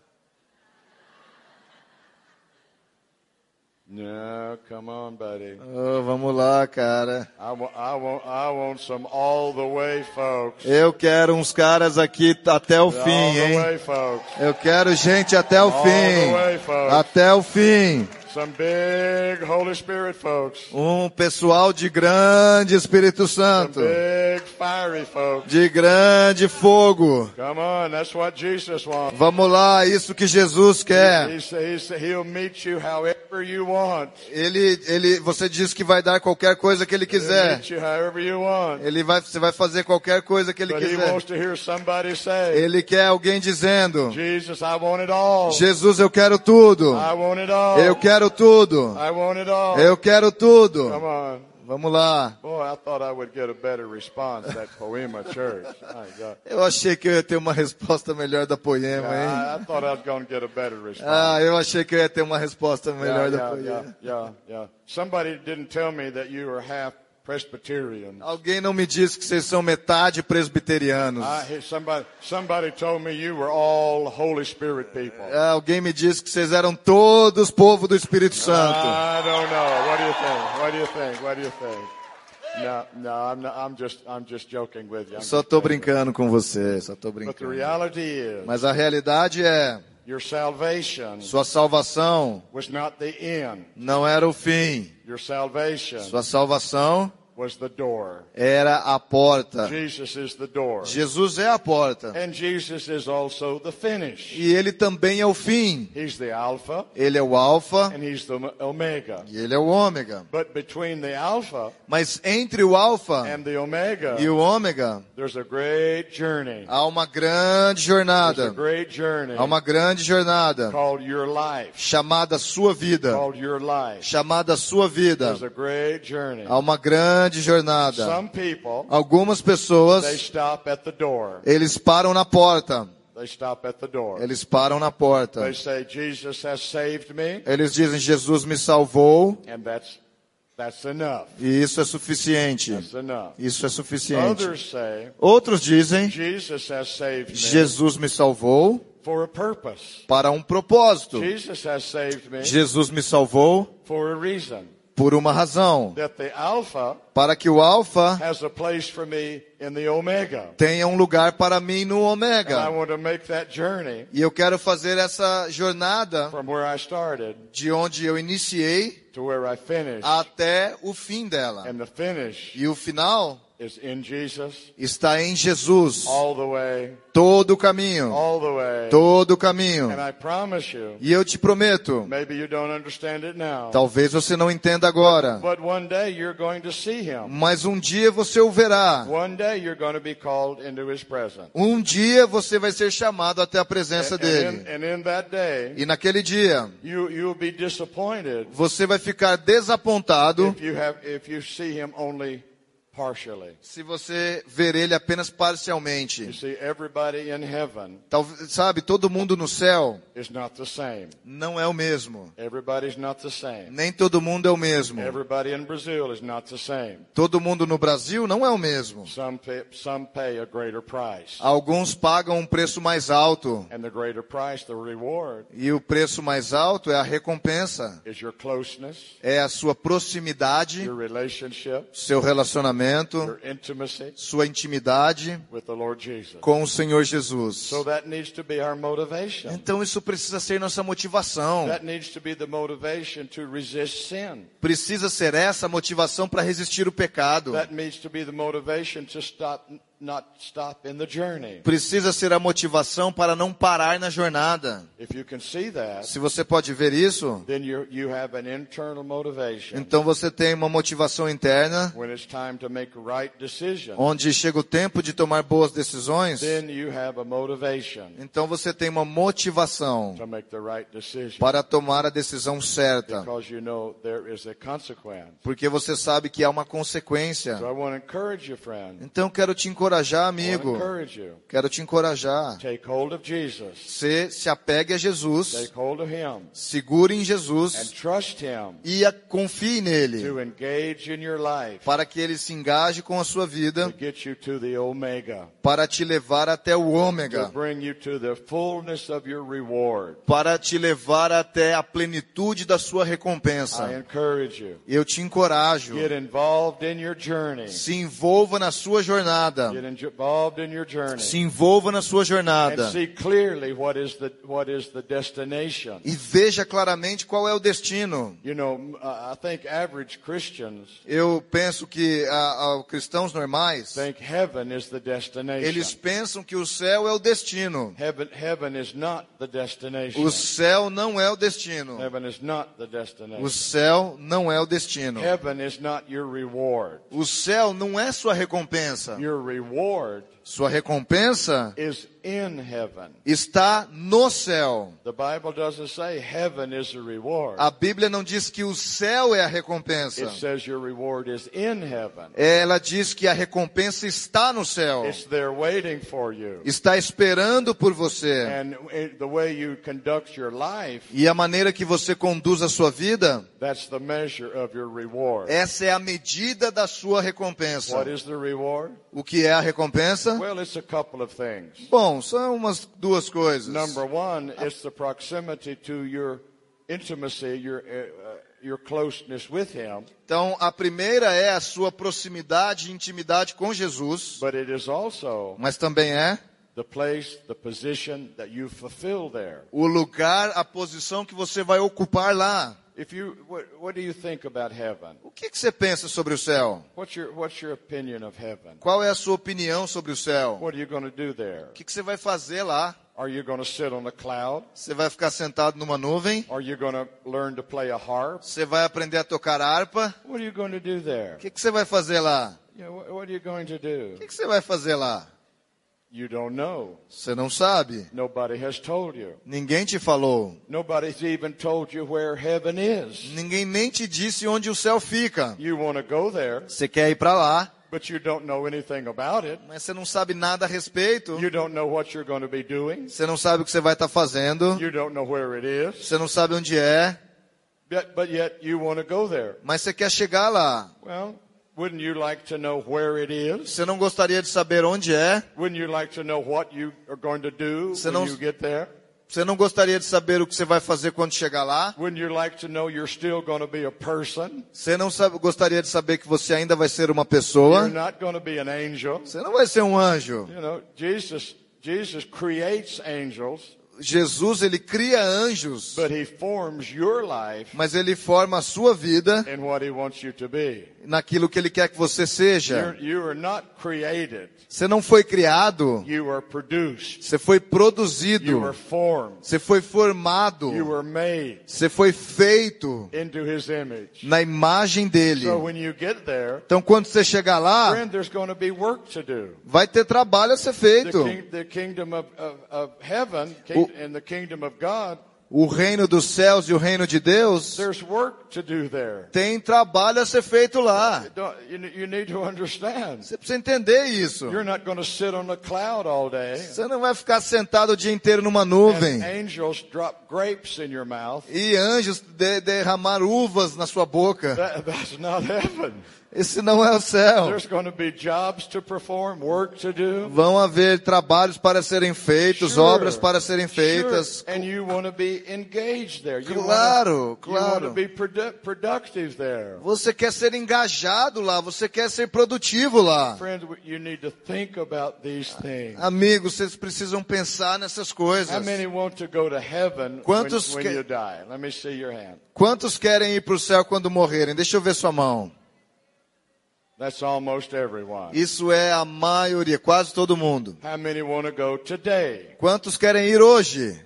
No, come on, buddy. Oh, vamos lá, cara. I want, I want, I want some all the way, folks. Eu quero uns caras aqui t- até o fim, all the hein? way, folks. Eu quero gente até o All the way, fim. folks. Até o fim. Some big Holy Spirit, folks. Um pessoal de grande Espírito Some Santo. big fiery, folks. De grande fogo. Come on, that's what Jesus wants. Vamos lá, isso que Jesus He, quer. sa- he sa- he'll meet you however you want. Ele, ele, você diz que vai dar qualquer coisa que ele He'll quiser. meet you however you want. Ele vai, você vai fazer qualquer coisa que ele But he quiser. wants to hear somebody say, Ele quer alguém dizendo: Jesus, I want it all. Jesus, eu quero tudo. I want it all. Eu quero tudo. I want it all. Eu quero tudo. Come on. Vamos lá. Boy, I thought I would get a better response at Poema Church. My God. Eu achei que eu ia ter uma resposta melhor da poema, hein? I, I thought I was going to get a better response. Ah, eu achei que eu ia ter uma resposta yeah, melhor da yeah, yeah, poema. yeah, yeah. Somebody didn't tell me that you were half Presbyterian. Alguém não me disse que vocês são metade presbiterianos. I, hear somebody, somebody told me you were all Holy Spirit people. Ah, Alguém me disse que vocês eram todos povo do Espírito Santo. I don't know. What do you think? What do you think? What do you think? No, no, I'm, not, I'm just, I'm just joking with you. I'm Só just tô playing with brincando com você, só tô you. But the brincando. reality is, Mas a realidade é, your salvation sua salvação was not the end. não era o fim. Your salvation Sua salvação was the door. era a porta. Jesus is the door. Jesus é a porta. And Jesus is also the finish. E ele também é o fim. He's the Alpha Ele é o alfa and He's the Omega. e ele é o ômega. But between the Alpha Mas entre o alfa and the Omega, e o ômega there's a great journey. há uma grande There's a jornada. great journey Há uma grande jornada called your life. chamada sua vida, Called your life. chamada sua vida. There's a great journey. Há uma grande jornada. Some people Algumas they pessoas, stop at the door. eles param na porta. They stop at the door. Eles param na porta. They say Jesus has saved me, Eles dizem: Jesus me salvou and that's that's enough. e isso é suficiente. That's enough. Isso é suficiente. Others say Outros dizem: Jesus has saved me Jesus me salvou for a purpose. para um propósito. Jesus has saved me Jesus me salvou for a reason. por uma razão, That the Alpha para que o alfa has a place for me in the Omega. tenha um lugar para mim no And I ômega. want to make that journey E eu quero fazer essa jornada from where I started de onde eu iniciei to where I finished. Ah. até o fim dela. And the finish E o final is in Jesus está em Jesus. all the way, Todo o caminho, all the way. todo o caminho. And I promise you, E eu te prometo, maybe you don't understand it now, talvez você não entenda agora, but one day you're going to see him. mas um dia você o verá. One day you're going to be called into his presence. Um dia você vai ser chamado até a presença And in, dele. and in that day, E naquele dia, you you'll be disappointed você vai ficar desapontado if you have if you see him only partially. se você ver ele apenas You parcialmente. see, everybody in heaven Talvez, sabe, todo mundo no céu is not the same. não é o mesmo. Everybody's not the same. Nem todo mundo é o mesmo. Everybody in Brazil is not the same. Todo mundo no Brasil não é o mesmo. Some pay, some pay a greater price, Ah. Alguns pagam um preço mais alto. and the greater price, the reward, E o preço mais alto é a recompensa, is your closeness, é a sua proximidade, your relationship, seu your relacionamento, intimacy sua intimidade with the Lord Jesus. com o Senhor Jesus. So that needs to be our motivation. Então isso precisa ser nossa motivação. That needs to be the motivation to resist sin. Precisa ser essa a motivação para resistir o pecado. That needs to be the motivation to stop, not stop in the journey. Precisa ser a motivação para não parar na jornada. If you can see that, Se você pode ver isso, then you you have an internal motivation. então você tem uma motivação interna, When it's time to make right decisions, onde chega o tempo de tomar boas decisões. then you have a motivation Então você tem uma motivação to make the right decision para tomar a decisão certa, because you know there is a consequence. porque você sabe que há uma consequência. So I want to encourage you, friend. Então quero te encorajar, I want to amigo. encourage you. Quero te encorajar. Take hold of Jesus. Você se apegue a Take Jesus, hold of Him segure em and Jesus trust Him e a- confie nele to engage in your life para que ele se engaje com a sua to vida get you to the Omega, para te levar até o to ômega, bring you to the fullness of your reward. para te levar até a plenitude da sua I recompensa. encourage you. Eu te encorajo. Get involved in your journey. Se envolva na sua Get jornada. involved in your journey. Se envolva na sua and jornada. see clearly what is the what is the destination. E veja claramente qual é o destino. You know, m- uh, I think average Christians Eu penso que a, a, cristãos normais, think heaven is the destination. eles pensam que o céu é o destino. Heaven heaven is not the destination. O céu não é o destino. Heaven is not the O destination. céu não é o destino. Heaven is not your reward. O céu não é sua recompensa. Your reward Sua recompensa is in heaven. está no céu. The Bible doesn't say heaven is the reward. A Bíblia não diz que o céu é a recompensa. It says your reward is in heaven. Ela diz que a recompensa está no céu. It's there waiting for you. Está esperando por você. And it- the way you conduct your life, E a maneira que você conduz a sua vida, that's the measure of your reward. essa é a medida da sua recompensa. What is the reward? O que é a recompensa? Well, it's a couple of things. Bom, são umas duas coisas. Number one, it's the proximity to your intimacy, your uh, uh, your closeness with Him. Então, a primeira é a sua proximidade e intimidade com Jesus, But it is also mas também é the place, the position that you fulfill there. o lugar, a posição que você vai ocupar lá. If you, what, what do you think about heaven? O que, que você pensa sobre o céu? What's your What's your opinion of heaven? Qual é a sua opinião sobre o céu? What are you going to do there? O que, que você vai fazer lá? Are you going to sit on a cloud? Você vai ficar sentado numa nuvem? Are you going to learn to play a harp? Você vai aprender a tocar harpa? What are you going to do there? O que, que você vai fazer lá? You know, what, what are you going to do? O que, que você vai fazer lá? You don't know. Você não sabe. Nobody has told you. Ninguém te falou. Nobody's even told you where heaven is. Ninguém nem te disse onde o céu fica. You want to go there, Você quer ir para lá, but you don't know anything about it. mas você não sabe nada a respeito. You don't know what you're going to be doing. Você não sabe o que você vai estar fazendo. You don't know where it is. Você não sabe onde é, But, but yet you want to go there. mas você quer chegar lá. Well, wouldn't you like to know where it is? Você não gostaria de saber onde é. Wouldn't you like to know what you are going to do Você não- when you get there? Você não gostaria de saber o que você vai fazer quando chegar lá. Wouldn't you like to know you're still going to be a person? Você não sabe- gostaria de saber que você ainda vai ser uma You're pessoa. not going to be an angel. Você não vai ser um anjo. You know, Jesus, Jesus creates angels, Jesus, ele cria anjos, but he forms your life mas ele forma a sua vida in what he wants you to be. naquilo que ele quer que você seja. You're, you are not created. Você não foi criado, You are produced. você foi You produzido. were formed. Você foi formado. You were made Você foi feito into his image. na imagem dele. So when you get there, Então, quando você chegar lá, friend, there's going to be work to do. vai ter trabalho a ser The, feito. king, the kingdom of, of, of heaven king, and the kingdom of God, O reino dos céus e o reino de Deus there's work to do there. tem trabalho a ser feito lá. Don't- You, you need to understand. Você precisa entender isso. You're not going to sit on a cloud all day. Você não vai ficar sentado o dia inteiro numa And nuvem angels drop grapes in your mouth. e anjos de- derramar uvas na sua boca. That, that's not heaven. Esse não é o céu. There's going to be jobs to perform, work to do. Vão haver trabalhos para serem feitos, Sure. obras para serem feitas. Sure. And you want to be engaged there. You Claro, want to, You want to claro. be produ- productive there. Você quer ser engajado lá, você quer ser produtivo lá. Friends, you need to think about these things. Amigos, vocês precisam pensar nessas coisas. How many want to go to heaven when, Quantos when que- you die? Let me see your hand. Quantos querem ir para o céu quando morrerem? Deixa eu ver sua mão. That's almost everyone. Isso é a maioria, quase todo mundo. How many want to go today? Quantos querem ir hoje?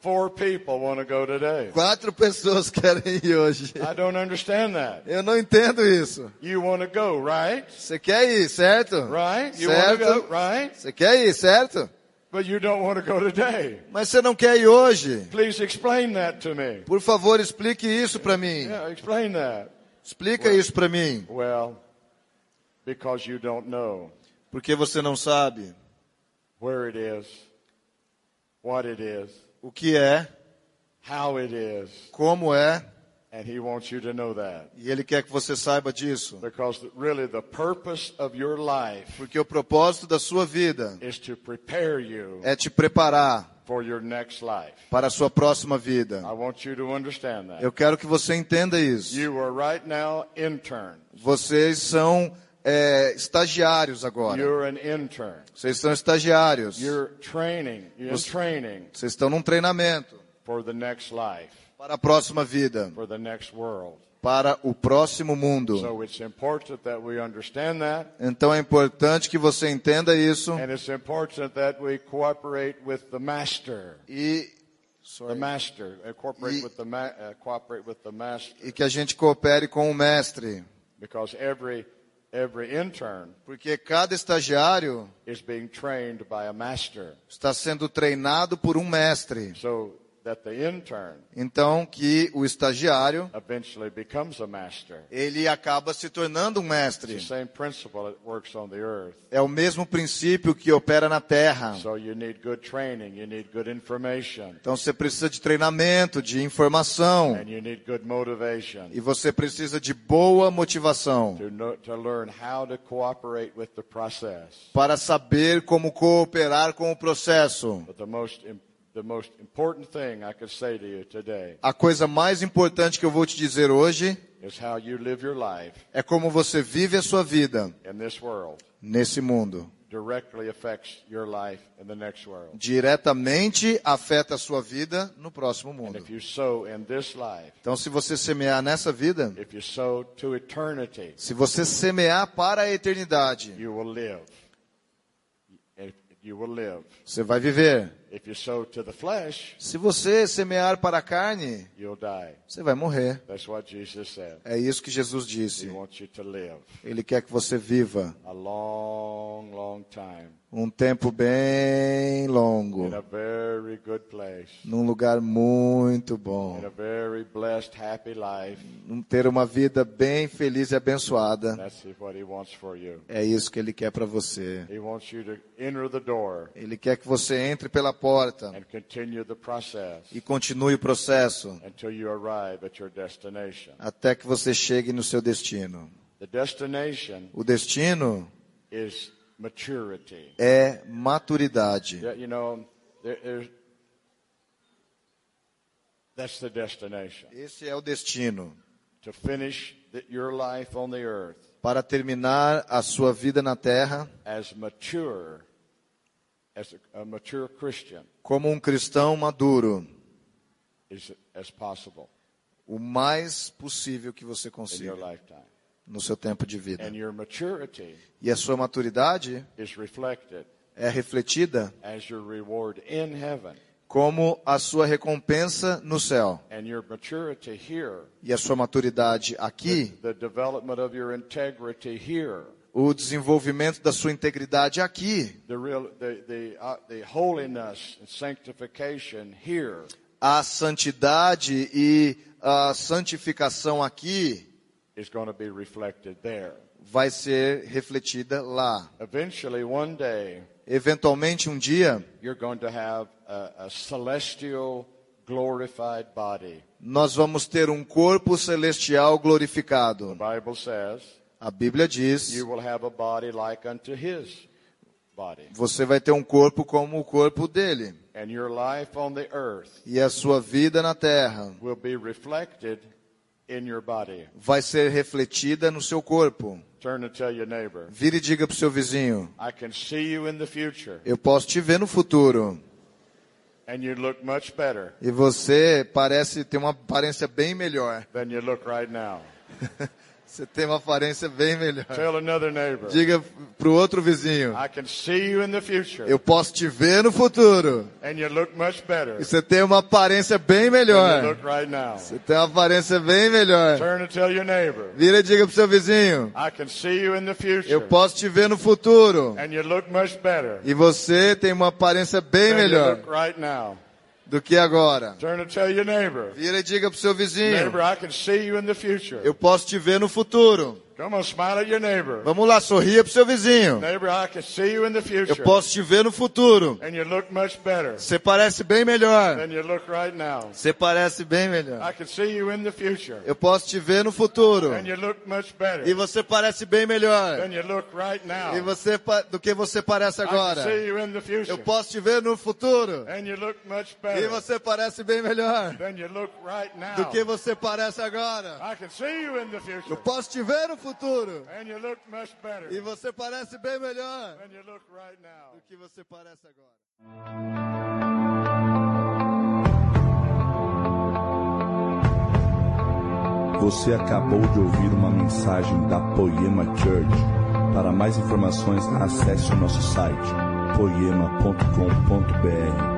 Four people want to go today. Quatro pessoas querem ir hoje. I don't understand that. Eu não entendo isso. You want to go, right? Você quer ir, certo? Right? You want to go, Certo? right? Você quer ir, certo? But you don't want to go today. Mas você não quer ir hoje. Please explain that to me. Por favor, explique isso para mim. Yeah, explain that. Explica isso para mim. Well, because you don't know Porque você não sabe where it is, what it is, o que é, how it is, como é, and he wants you to know that. e ele quer que você saiba disso. Because th- really the purpose of your life Porque o propósito da sua vida is to prepare you é te preparar for your next life. para a sua próxima vida. I want you to understand that. Eu quero que você entenda isso. You are right now intern. Vocês são é, estagiários agora. You're an intern. Vocês são estagiários. You're training. You're in training Vocês estão num treinamento for the next life, para a próxima vida, for the next world. para o próximo mundo. So it's important that we understand that, Então é importante que você entenda isso and it's important that we cooperate with the master. e, The master. Uh, Cooperate Ye- with the ma- uh, cooperate with the master, e que a gente coopere com o mestre. because every Every intern Porque cada estagiário is being trained by a master está sendo treinado por um mestre. so that the intern Então que o estagiário, eventually becomes a master. ele acaba se tornando um It's the mestre. same principle that works on the earth. É o mesmo princípio que opera na terra. So you need good training, you need good information, Então você precisa de treinamento, de informação and you need good motivation e você precisa de boa motivação to, know, to learn how to cooperate with the process. para saber como cooperar com o processo. But the most, im- the most important thing I could say to you today A coisa mais importante que eu vou te dizer hoje is how you live your life é como você vive a sua vida in this world nesse mundo. directly affects your life in the next world. Diretamente afeta a sua vida no próximo And mundo. if you sow in this life, Então, se você semear nessa vida, if you sow to eternity, se você semear para a eternidade, you will live. If- You will live. você vai viver. If you sow to the flesh, Se você semear para a carne, you'll die. você vai morrer. That's what Jesus said. É isso que Jesus He disse. wants you to live Ele quer que você viva a long, long time um tempo bem longo, in a very good place, num lugar muito in a bom, very blessed, happy life. num- ter uma vida bem feliz e abençoada. That's what He wants for you. É isso que ele quer para você. He wants you to enter the door Ele quer que você entre pela porta and continue the process e continue o processo until you arrive at your destination. até que você chegue no seu destino. The destination O destino is maturity. é maturidade. Yeah, you know, there, there's, that's the destination. Esse é o destino To finish the, your life on the earth para terminar a sua vida na terra as mature, as a, a mature Christian como um cristão maduro. is, as possible o mais possível que você in your consiga lifetime. no seu tempo de vida. And your maturity E a sua maturidade is reflected é refletida as your reward in heaven. como a sua recompensa no céu. And your maturity here, E a sua maturidade aqui, the development of your integrity here, o desenvolvimento da sua integridade aqui, the, real, the, the, uh, the holiness and sanctification here a santidade e a santificação aqui is going to be reflected there. vai ser refletida lá. Eventually, one day, Eventualmente, um dia, you're going to have a, a celestial, glorified body. nós vamos ter um corpo celestial The glorificado. Bible says A Bíblia diz. you will have a body like unto his body. Você vai ter um corpo como o corpo dele. And your life on the earth E a sua vida na terra will be reflected in your body. vai ser refletida no seu corpo. Turn and tell your neighbor, Vire e diga pro seu vizinho: I can see you in the future, Eu posso te ver no futuro. and you look much better E você parece ter uma aparência bem melhor. than you look right now. Você tem uma aparência bem melhor. Tell another neighbor, Diga pro outro vizinho: I can see you in the future, Eu posso te ver no futuro. and you look much better E você tem uma aparência bem than you melhor. look right now. Você tem uma aparência bem melhor. Turn and tell your neighbor, Vira e diga pro seu vizinho: I can see you in the Eu future, posso te ver no futuro. and you look much better E você tem uma aparência bem than you melhor. look right now. do que agora. Turn and tell your neighbor, Vira e diga pro seu vizinho, neighbor, I can see you in the future. eu posso te ver no futuro. Come on, smile at your neighbor. Vamos lá, sorria pro seu vizinho. Neighbor, I can see you in the Eu future, posso te ver no futuro. and you look much better Você parece bem melhor. than you look right now. Você parece bem melhor. I can see you in the future, Eu posso te ver no futuro. and you look much E better você parece bem melhor. than you look right E now. você pa- do que você parece I can agora. see you in the future, Eu posso te ver no futuro. and you look much E better você parece bem melhor than you look right do now. que você parece agora. I can see you in the Eu future, posso te ver no futuro. and you look much better E você parece bem melhor than you look right now. do que você parece agora. Você acabou de ouvir uma mensagem da Poema Church. Para mais informações, acesse o nosso site poema.com.br.